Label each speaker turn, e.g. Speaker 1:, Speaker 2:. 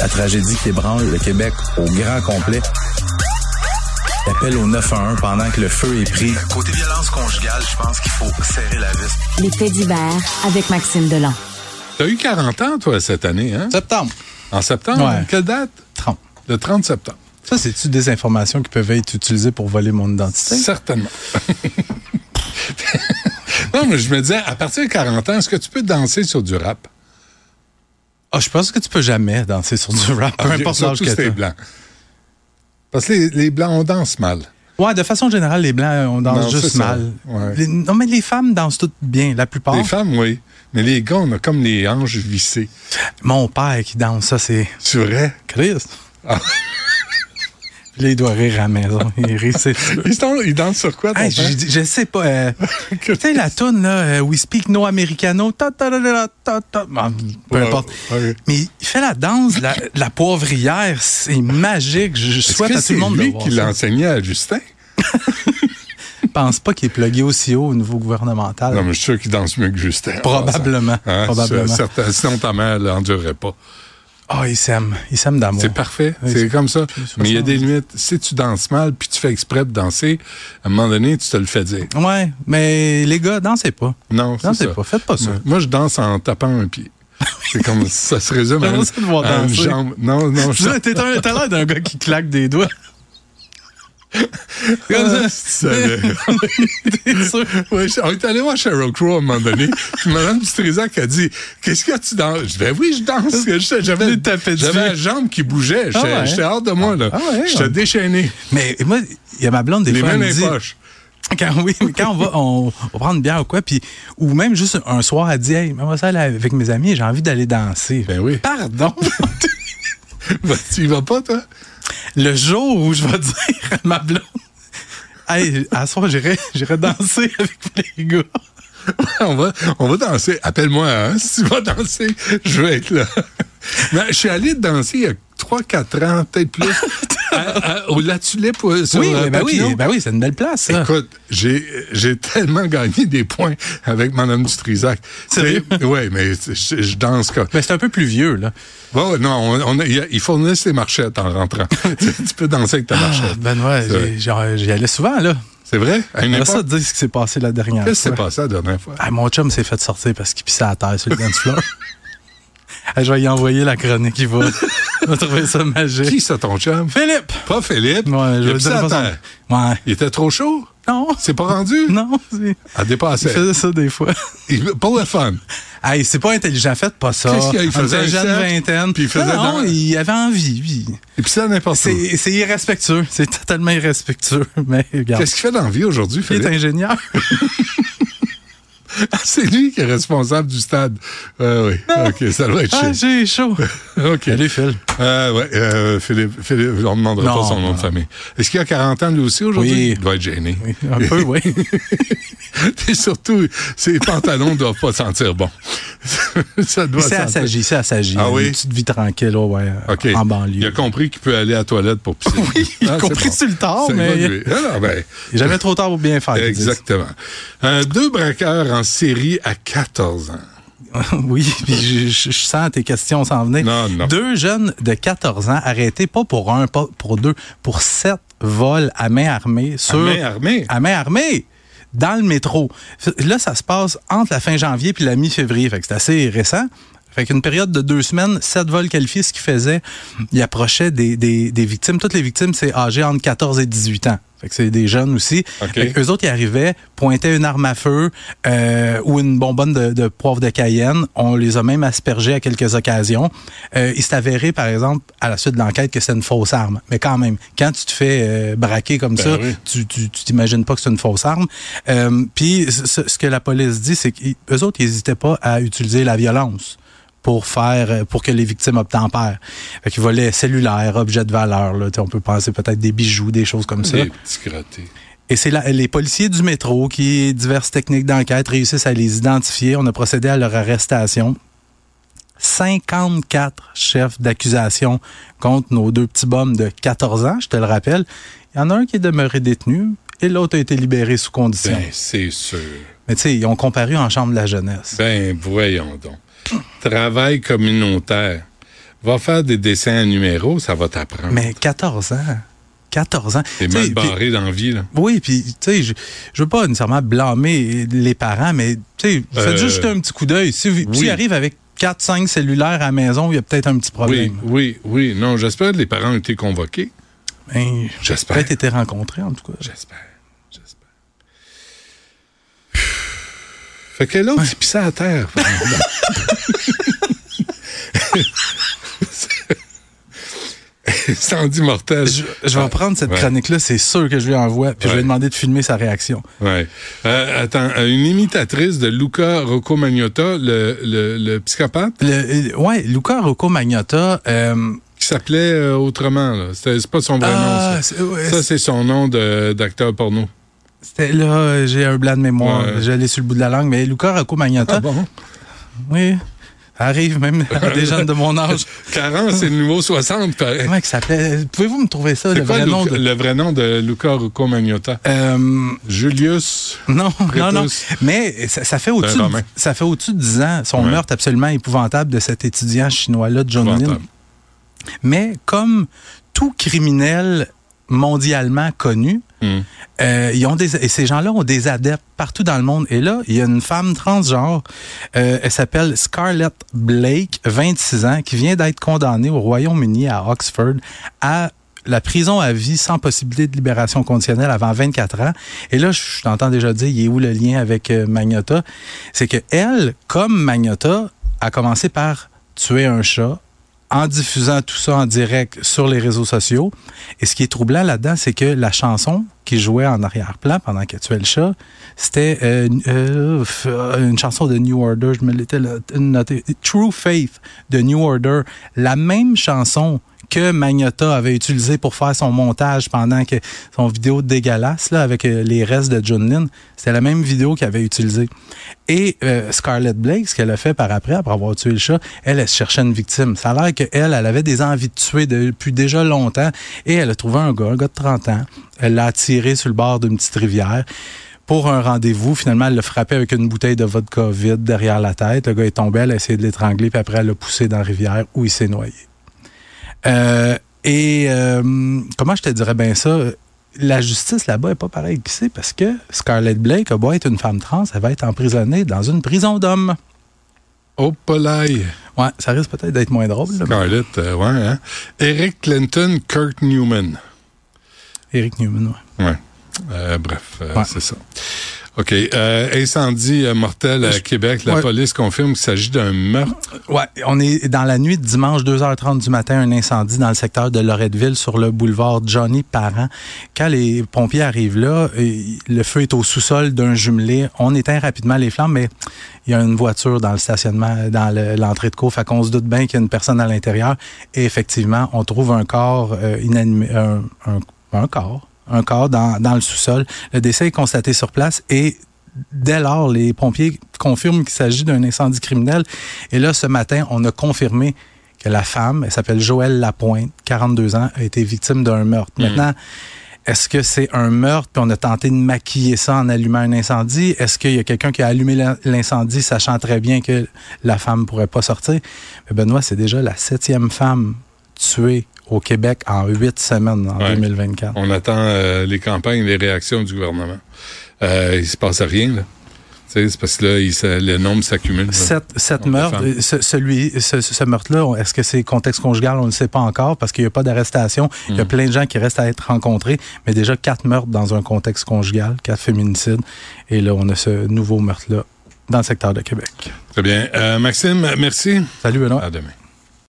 Speaker 1: La tragédie qui ébranle le Québec au grand complet. L'appel au 911 pendant que le feu est pris.
Speaker 2: Côté violence conjugale, je pense qu'il faut serrer la vis.
Speaker 3: L'été d'hiver avec Maxime Delan.
Speaker 4: T'as eu 40 ans, toi, cette année, hein?
Speaker 5: Septembre.
Speaker 4: En septembre?
Speaker 5: Ouais.
Speaker 4: Quelle date?
Speaker 5: 30.
Speaker 4: Le 30 septembre.
Speaker 5: Ça, c'est-tu des informations qui peuvent être utilisées pour voler mon identité?
Speaker 4: Certainement. non, mais je me disais, à partir de 40 ans, est-ce que tu peux danser sur du rap?
Speaker 5: Ah, je pense que tu peux jamais danser sur du rap, peu importe l'âge
Speaker 4: Surtout
Speaker 5: que
Speaker 4: si t'es
Speaker 5: t'as.
Speaker 4: blanc. Parce que les, les blancs, on danse mal.
Speaker 5: Ouais, de façon générale, les Blancs, on danse
Speaker 4: Non,
Speaker 5: juste
Speaker 4: c'est ça.
Speaker 5: mal.
Speaker 4: Ouais.
Speaker 5: Les- non, mais les femmes dansent toutes bien, la plupart.
Speaker 4: Les femmes, oui. Mais les gars, on a comme les hanches vissées.
Speaker 5: Mon père qui danse, ça, c'est
Speaker 4: C'est vrai?
Speaker 5: Chris.
Speaker 4: Ah.
Speaker 5: Puis là, il doit rire à la maison. Il rit, c'est sûr.
Speaker 4: Ils, sont- ils dansent sur quoi, ton
Speaker 5: Hey,
Speaker 4: père?
Speaker 5: j'ai dit- je sais pas. euh, tu sais, la toune, là, euh, We Speak No Americano, ta ta ta ta ta ta- bon, peu
Speaker 4: Ouais,
Speaker 5: importe.
Speaker 4: ouais.
Speaker 5: Mais il fait la danse, la, la poivrière, c'est magique. Je je
Speaker 4: Est-ce
Speaker 5: souhaite
Speaker 4: que
Speaker 5: à tout
Speaker 4: c'est
Speaker 5: le monde de
Speaker 4: lui
Speaker 5: voir
Speaker 4: qui
Speaker 5: ça.
Speaker 4: l'enseignait à Justin?
Speaker 5: Je pense pas qu'il est plugué aussi haut au niveau gouvernemental.
Speaker 4: Non, mais je suis sûr qu'il danse mieux que Justin. en
Speaker 5: Probablement,
Speaker 4: passant. Hein,
Speaker 5: probablement.
Speaker 4: c'est certain. Sinon, ta mère l'endurerait pas.
Speaker 5: Ah, il s'aime. Il s'aime d'amour.
Speaker 4: C'est parfait.
Speaker 5: Oui,
Speaker 4: c'est
Speaker 5: c'est-
Speaker 4: comme ça.
Speaker 5: puis, c'est
Speaker 4: Mais il y a
Speaker 5: ça.
Speaker 4: des limites. Si tu danses mal puis tu fais exprès de danser, à un moment donné, tu te le fais dire.
Speaker 5: Ouais, mais les gars, dansez pas.
Speaker 4: Non, c'est
Speaker 5: Dansez
Speaker 4: ça.
Speaker 5: pas. Faites pas ça.
Speaker 4: Moi, je danse en tapant un pied. C'est comme ça se résume à,
Speaker 5: J'aimerais ça te voir
Speaker 4: à une
Speaker 5: danser.
Speaker 4: jambe. Non, non, je
Speaker 5: Tu sais, T'es un talent d'un gars qui claque des doigts. Comme
Speaker 4: Euh,
Speaker 5: ça. T'es sûr?
Speaker 4: Ouais, je- on est allé voir Sheryl Crow à un moment donné. Puis Mme Dutrisac a dit Qu'est-ce que tu danses Je dis Oui, je danse. Parce que j'étais- J'avais
Speaker 5: Tu tapais dessus.
Speaker 4: j'avais la jambe qui bougeait. J'étais
Speaker 5: Ah ouais.
Speaker 4: j'étais hors de moi. là.
Speaker 5: Ah ouais,
Speaker 4: J'étais
Speaker 5: on-
Speaker 4: déchaîné.
Speaker 5: Mais moi, il y a ma blonde des
Speaker 4: Les
Speaker 5: fois,
Speaker 4: mains
Speaker 5: elle
Speaker 4: dans
Speaker 5: me
Speaker 4: les
Speaker 5: dit,
Speaker 4: poches.
Speaker 5: quand, oui, mais quand on va, on, on prend une bière ou quoi, puis, ou même juste un soir, elle dit, hey, maman, ça, là, avec mes amis, j'ai envie d'aller danser.
Speaker 4: Ben oui.
Speaker 5: Pardon?
Speaker 4: Bah, tu y vas pas, toi
Speaker 5: Le jour où je vais dire à ma blonde, hey, à ce soir, j'irai, j'irai danser avec les gars.
Speaker 4: on va, on va danser. Appelle-moi, hein, si tu vas danser, je vais être là. Mais je suis allé danser il y a 3-4 ans, peut-être plus, à- à- au La Tulipe euh, sur
Speaker 5: Oui,
Speaker 4: euh,
Speaker 5: ben oui,
Speaker 4: Papineau.
Speaker 5: ben oui, c'est une belle place, ça.
Speaker 4: Écoute, j'ai j'ai tellement gagné des points avec Mme Dutrisac.
Speaker 5: Sérieux?
Speaker 4: Oui, mais je, je danse comme...
Speaker 5: Ben, c'est un peu plus vieux, là.
Speaker 4: Bon, non, on, on a- il y a- il faut laisser les marchettes en rentrant. tu, tu peux danser avec ta marchette.
Speaker 5: Ben ouais, j'ai- j'ai- j'y allais souvent, là.
Speaker 4: C'est vrai? À une
Speaker 5: J'aimerais ça
Speaker 4: époque,
Speaker 5: te dire ce qui s'est passé la dernière
Speaker 4: Qu'est-ce qui s'est
Speaker 5: fois.
Speaker 4: passé la dernière fois?
Speaker 5: Ah, mon chum s'est fait sortir parce qu'il pissait à terre sur le dance floor. Ah, je vais y envoyer la chronique, il va, il va trouver ça magique.
Speaker 4: Qui, ça, ton chum?
Speaker 5: Philippe!
Speaker 4: Pas Philippe.
Speaker 5: Ouais,
Speaker 4: Il
Speaker 5: je
Speaker 4: a
Speaker 5: vais
Speaker 4: pissé
Speaker 5: dire
Speaker 4: à
Speaker 5: pas son-
Speaker 4: terre.
Speaker 5: Ouais.
Speaker 4: Il était trop chaud?
Speaker 5: Non,
Speaker 4: C'est pas rendu?
Speaker 5: non, c'est-
Speaker 4: À
Speaker 5: il
Speaker 4: dépasser.
Speaker 5: faisait ça des fois.
Speaker 4: Il- Pour le fun.
Speaker 5: Hey, c'est pas intelligent, faites pas ça.
Speaker 4: Qu'est-ce qu'il y a? Il faisait
Speaker 5: On était
Speaker 4: un
Speaker 5: jeune
Speaker 4: set,
Speaker 5: vingtaine.
Speaker 4: puis il faisait
Speaker 5: non, non,
Speaker 4: dans-
Speaker 5: il avait envie, oui.
Speaker 4: Et puis ça, n'importe où.
Speaker 5: C'est c'est irrespectueux, c'est totalement irrespectueux, mais regarde.
Speaker 4: Qu'est-ce qu'il fait dans la vie aujourd'hui,
Speaker 5: Il est
Speaker 4: Philippe?
Speaker 5: ingénieur.
Speaker 4: C'est lui qui est responsable du stade. Ah Oui, oui. OK, ça doit être
Speaker 5: Ah,
Speaker 4: chier.
Speaker 5: j'ai chaud.
Speaker 4: OK.
Speaker 5: Salut, Phil.
Speaker 4: Euh, ouais, euh, Philippe, Philippe, on ne demandera
Speaker 5: Non,
Speaker 4: pas son nom
Speaker 5: non.
Speaker 4: de famille. Est-ce qu'il a 40 ans lui aussi aujourd'hui?
Speaker 5: Oui.
Speaker 4: Il doit être gêné.
Speaker 5: Oui, un peu, oui.
Speaker 4: Et surtout, ses pantalons ne doivent pas sentir bon. ça doit
Speaker 5: C'est
Speaker 4: sentir...
Speaker 5: assagi, c'est assagi.
Speaker 4: Ah oui?
Speaker 5: Une petite vie tranquille, là, ouais,
Speaker 4: OK.
Speaker 5: en
Speaker 4: Il a
Speaker 5: banlieue.
Speaker 4: compris qu'il peut aller à la toilette pour pisser. Ah,
Speaker 5: Oui, il a compris sur le tard, mais-
Speaker 4: Alors, ben,
Speaker 5: Il est Jamais trop tard pour bien faire. qu'ils disent.
Speaker 4: Exactement. Euh, deux braqueurs en série à 14 ans.
Speaker 5: oui, puis je, je- je sens tes questions s'en venir.
Speaker 4: Non, non.
Speaker 5: Deux jeunes de 14 ans arrêtés, pas pour un, pas pour deux, pour sept vols à main armée sur...
Speaker 4: main armée?
Speaker 5: À main armée! Dans le métro. F- Là, ça se passe entre la fin janvier puis la mi-février. Fait que c'est assez récent. Fait qu'une période de deux semaines, sept vols qualifiés, ce qu'il faisait, il approchait des, des- des victimes. Toutes les victimes, c'est âgé entre 14 et 18 ans. Fait que c'est des jeunes aussi.
Speaker 4: OK.
Speaker 5: Fait que eux autres, ils arrivaient, pointaient une arme à feu euh, ou une bonbonne de, de poivre de Cayenne. On les a même aspergés à quelques occasions. Euh, il s'est avéré, par exemple, à la suite de l'enquête, que c'est une fausse arme. Mais quand même, quand tu te fais euh, braquer comme
Speaker 4: Ben
Speaker 5: ça,
Speaker 4: oui.
Speaker 5: tu tu- tu t'imagines pas que c'est une fausse arme. Euh, Puis ce, ce que la police dit, c'est qu'eux autres, ils n'hésitaient pas à utiliser la violence pour faire euh, pour que les victimes obtempèrent. Fait qu'ils volaient cellulaires, objets de valeur. Là. Tu sais, On peut penser peut-être des bijoux, des choses comme ça.
Speaker 4: Des petits crottés.
Speaker 5: Et c'est la- les policiers du métro qui, diverses techniques d'enquête, réussissent à les identifier. On a procédé à leur arrestation. 54 chefs d'accusation contre nos deux petits bums de 14 ans, je te le rappelle. Il y en a un qui est demeuré détenu et l'autre a été libéré sous condition.
Speaker 4: Ben, c'est sûr.
Speaker 5: Mais tu sais, ils ont comparu en chambre de la jeunesse.
Speaker 4: Ben, voyons donc. Travail communautaire. Va faire des dessins à numéros, ça va t'apprendre.
Speaker 5: Mais 14 ans. 14 ans.
Speaker 4: T'es
Speaker 5: Tu sais,
Speaker 4: Ben. mal
Speaker 5: puis-
Speaker 4: barré dans la vie, là.
Speaker 5: Oui, puis, tu sais, je je veux pas nécessairement blâmer les parents, mais, tu sais,
Speaker 4: Euh,
Speaker 5: faites juste un petit coup d'œil. Si, vous-
Speaker 4: oui.
Speaker 5: s'il arrive avec 4-5 cellulaires à la maison, il y a peut-être un petit
Speaker 4: Oui,
Speaker 5: problème.
Speaker 4: oui, oui. Non, j'espère que les parents ont été convoqués.
Speaker 5: Ben,
Speaker 4: J'espère.
Speaker 5: peut-être été rencontrés, en tout cas.
Speaker 4: J'espère. J'espère. Fait que l'autre,
Speaker 5: Ben.
Speaker 4: il pissait à terre. Sandy Mortel.
Speaker 5: Je, je vais prendre cette
Speaker 4: ouais.
Speaker 5: chronique-là, c'est sûr que je lui envoie, puis je
Speaker 4: Ouais.
Speaker 5: vais demander de filmer sa réaction.
Speaker 4: Ouais. Euh, attends, euh, une imitatrice de Luca Rocco Magnotta, le, le, le psychopathe,
Speaker 5: Le, euh, ouais, Luca Rocco Magnotta. euh,
Speaker 4: qui s'appelait euh, autrement. là. C'était- C'est pas son vrai
Speaker 5: Ah,
Speaker 4: nom.
Speaker 5: c'est-
Speaker 4: Ça,
Speaker 5: ouais,
Speaker 4: Ça, c'est son nom de- d'acteur porno.
Speaker 5: c'était là, euh, j'ai un blanc de mémoire,
Speaker 4: Ouais.
Speaker 5: je l'ai sur le bout de la langue, mais Luca Rocco Magnotta,
Speaker 4: Ah bon?
Speaker 5: oui, ça arrive même à des jeunes de mon âge.
Speaker 4: 40, Euh, c'est le nouveau 60, pareil.
Speaker 5: Comment il s'appelait? Pouvez-vous me trouver ça,
Speaker 4: C'est
Speaker 5: le
Speaker 4: quoi
Speaker 5: vrai
Speaker 4: Luca-
Speaker 5: nom de...
Speaker 4: le vrai nom de Luca Rocco Magnotta?
Speaker 5: Euh,
Speaker 4: Julius.
Speaker 5: Non, non, non.
Speaker 4: Prépuce.
Speaker 5: Mais ça, ça fait
Speaker 4: C'est
Speaker 5: au-dessus
Speaker 4: un
Speaker 5: de,
Speaker 4: Romain.
Speaker 5: ça fait au-dessus de 10 ans, son
Speaker 4: Ouais.
Speaker 5: meurtre absolument épouvantable de cet étudiant chinois-là, John Lin.
Speaker 4: Épouvantable.
Speaker 5: Mais comme tout criminel mondialement connu,
Speaker 4: Hmm.
Speaker 5: euh, ils ont des, et ces gens-là ont des adeptes partout dans le monde. Et là, il y a une femme transgenre, euh, elle s'appelle Scarlett Blake, 26 ans, qui vient d'être condamnée au Royaume-Uni, à Oxford, à la prison à vie sans possibilité de libération conditionnelle avant 24 ans. Et là, je t'entends déjà dire, il est où le lien avec euh, Magnotta? C'est que elle, comme Magnotta, a commencé par tuer un chat, en diffusant tout ça en direct sur les réseaux sociaux. Et ce qui est troublant là-dedans, c'est que la chanson qui jouait en arrière-plan pendant qu'elle tuait le chat, c'était euh, euh, f- euh, une chanson de New Order, je me l'étais là- noté, True Faith de New Order, la même chanson que Magnotta avait utilisée pour faire son montage pendant que son vidéo dégueulasse là, avec euh, les restes de John Lynn, c'était la même vidéo qu'elle avait utilisée. Et euh, Scarlett Blake, ce qu'elle a fait par après, après avoir tué le chat, elle, elle se cherchait une victime. Ça a l'air qu'elle, elle avait des envies de tuer depuis déjà longtemps et elle a trouvé un gars, un gars de 30 ans. Elle l'a attiré sur le bord d'une petite rivière pour un rendez-vous. Finalement, elle l'a frappé avec une bouteille de vodka vide derrière la tête. Le gars est tombé, elle a essayé de l'étrangler, puis après, elle l'a poussé dans la rivière où il s'est noyé. Euh, et euh, comment je te dirais bien ça? La justice là-bas est pas pareille qu'ici parce que Scarlett Blake a beau être une femme trans, elle va être emprisonnée dans une prison d'hommes.
Speaker 4: Oh, Polaï.
Speaker 5: Ouais, ça risque peut-être d'être moins drôle. là, mais-
Speaker 4: Scarlett, euh, ouais, hein? Eric Clinton, Kurt Newman.
Speaker 5: Eric Newman, ouais.
Speaker 4: Ouais. Euh, bref, euh,
Speaker 5: Ouais.
Speaker 4: c'est ça. OK. euh, incendie euh, mortel à Québec. La
Speaker 5: ouais.
Speaker 4: police confirme qu'il s'agit d'un meurtre.
Speaker 5: Ouais, on est dans la nuit de dimanche 2h30 du matin, un incendie dans le secteur de Loretteville sur le boulevard Johnny Parent. Quand les pompiers arrivent là, et le feu est au sous-sol d'un jumelé. On éteint rapidement les flammes, mais il y a une voiture dans le stationnement, dans le- l'entrée de cour. Fait qu'on se doute bien qu'il y a une personne à l'intérieur. Et effectivement, on trouve un corps euh, inanimé, un, un- un corps, un corps dans, dans le sous-sol. Le décès est constaté sur place et Dès lors, les pompiers confirment qu'il s'agit d'un incendie criminel. Et là, ce matin, on a confirmé que la femme, elle s'appelle Joëlle Lapointe, 42 ans, a été victime d'un meurtre. Maintenant, est-ce que c'est un meurtre, puis on a tenté de maquiller ça en allumant un incendie? Est-ce qu'il y a quelqu'un qui a allumé l'in- l'incendie sachant très bien que la femme pourrait pas sortir? Mais Benoît, c'est déjà la septième femme tuée au Québec en huit semaines en
Speaker 4: Ouais.
Speaker 5: 2024.
Speaker 4: On attend euh, les campagnes, les réactions du gouvernement. Euh, il se passe rien, là. Tu sais, C'est parce que là, il se- le nombre s'accumule. là.
Speaker 5: Cette, cette
Speaker 4: On
Speaker 5: meurtre,
Speaker 4: peut
Speaker 5: euh, ce, celui, ce, ce- ce meurtre-là, on- est-ce que c'est contexte conjugal? On ne le sait pas encore parce qu'il n'y a pas d'arrestation. Il
Speaker 4: Mm.
Speaker 5: y a plein de gens qui restent à être rencontrés, mais déjà quatre meurtres dans un contexte conjugal, quatre féminicides. Et là, on a ce nouveau meurtre-là dans le secteur de Québec.
Speaker 4: Très bien. Euh, Maxime, merci.
Speaker 5: Salut, Benoît.
Speaker 4: À demain.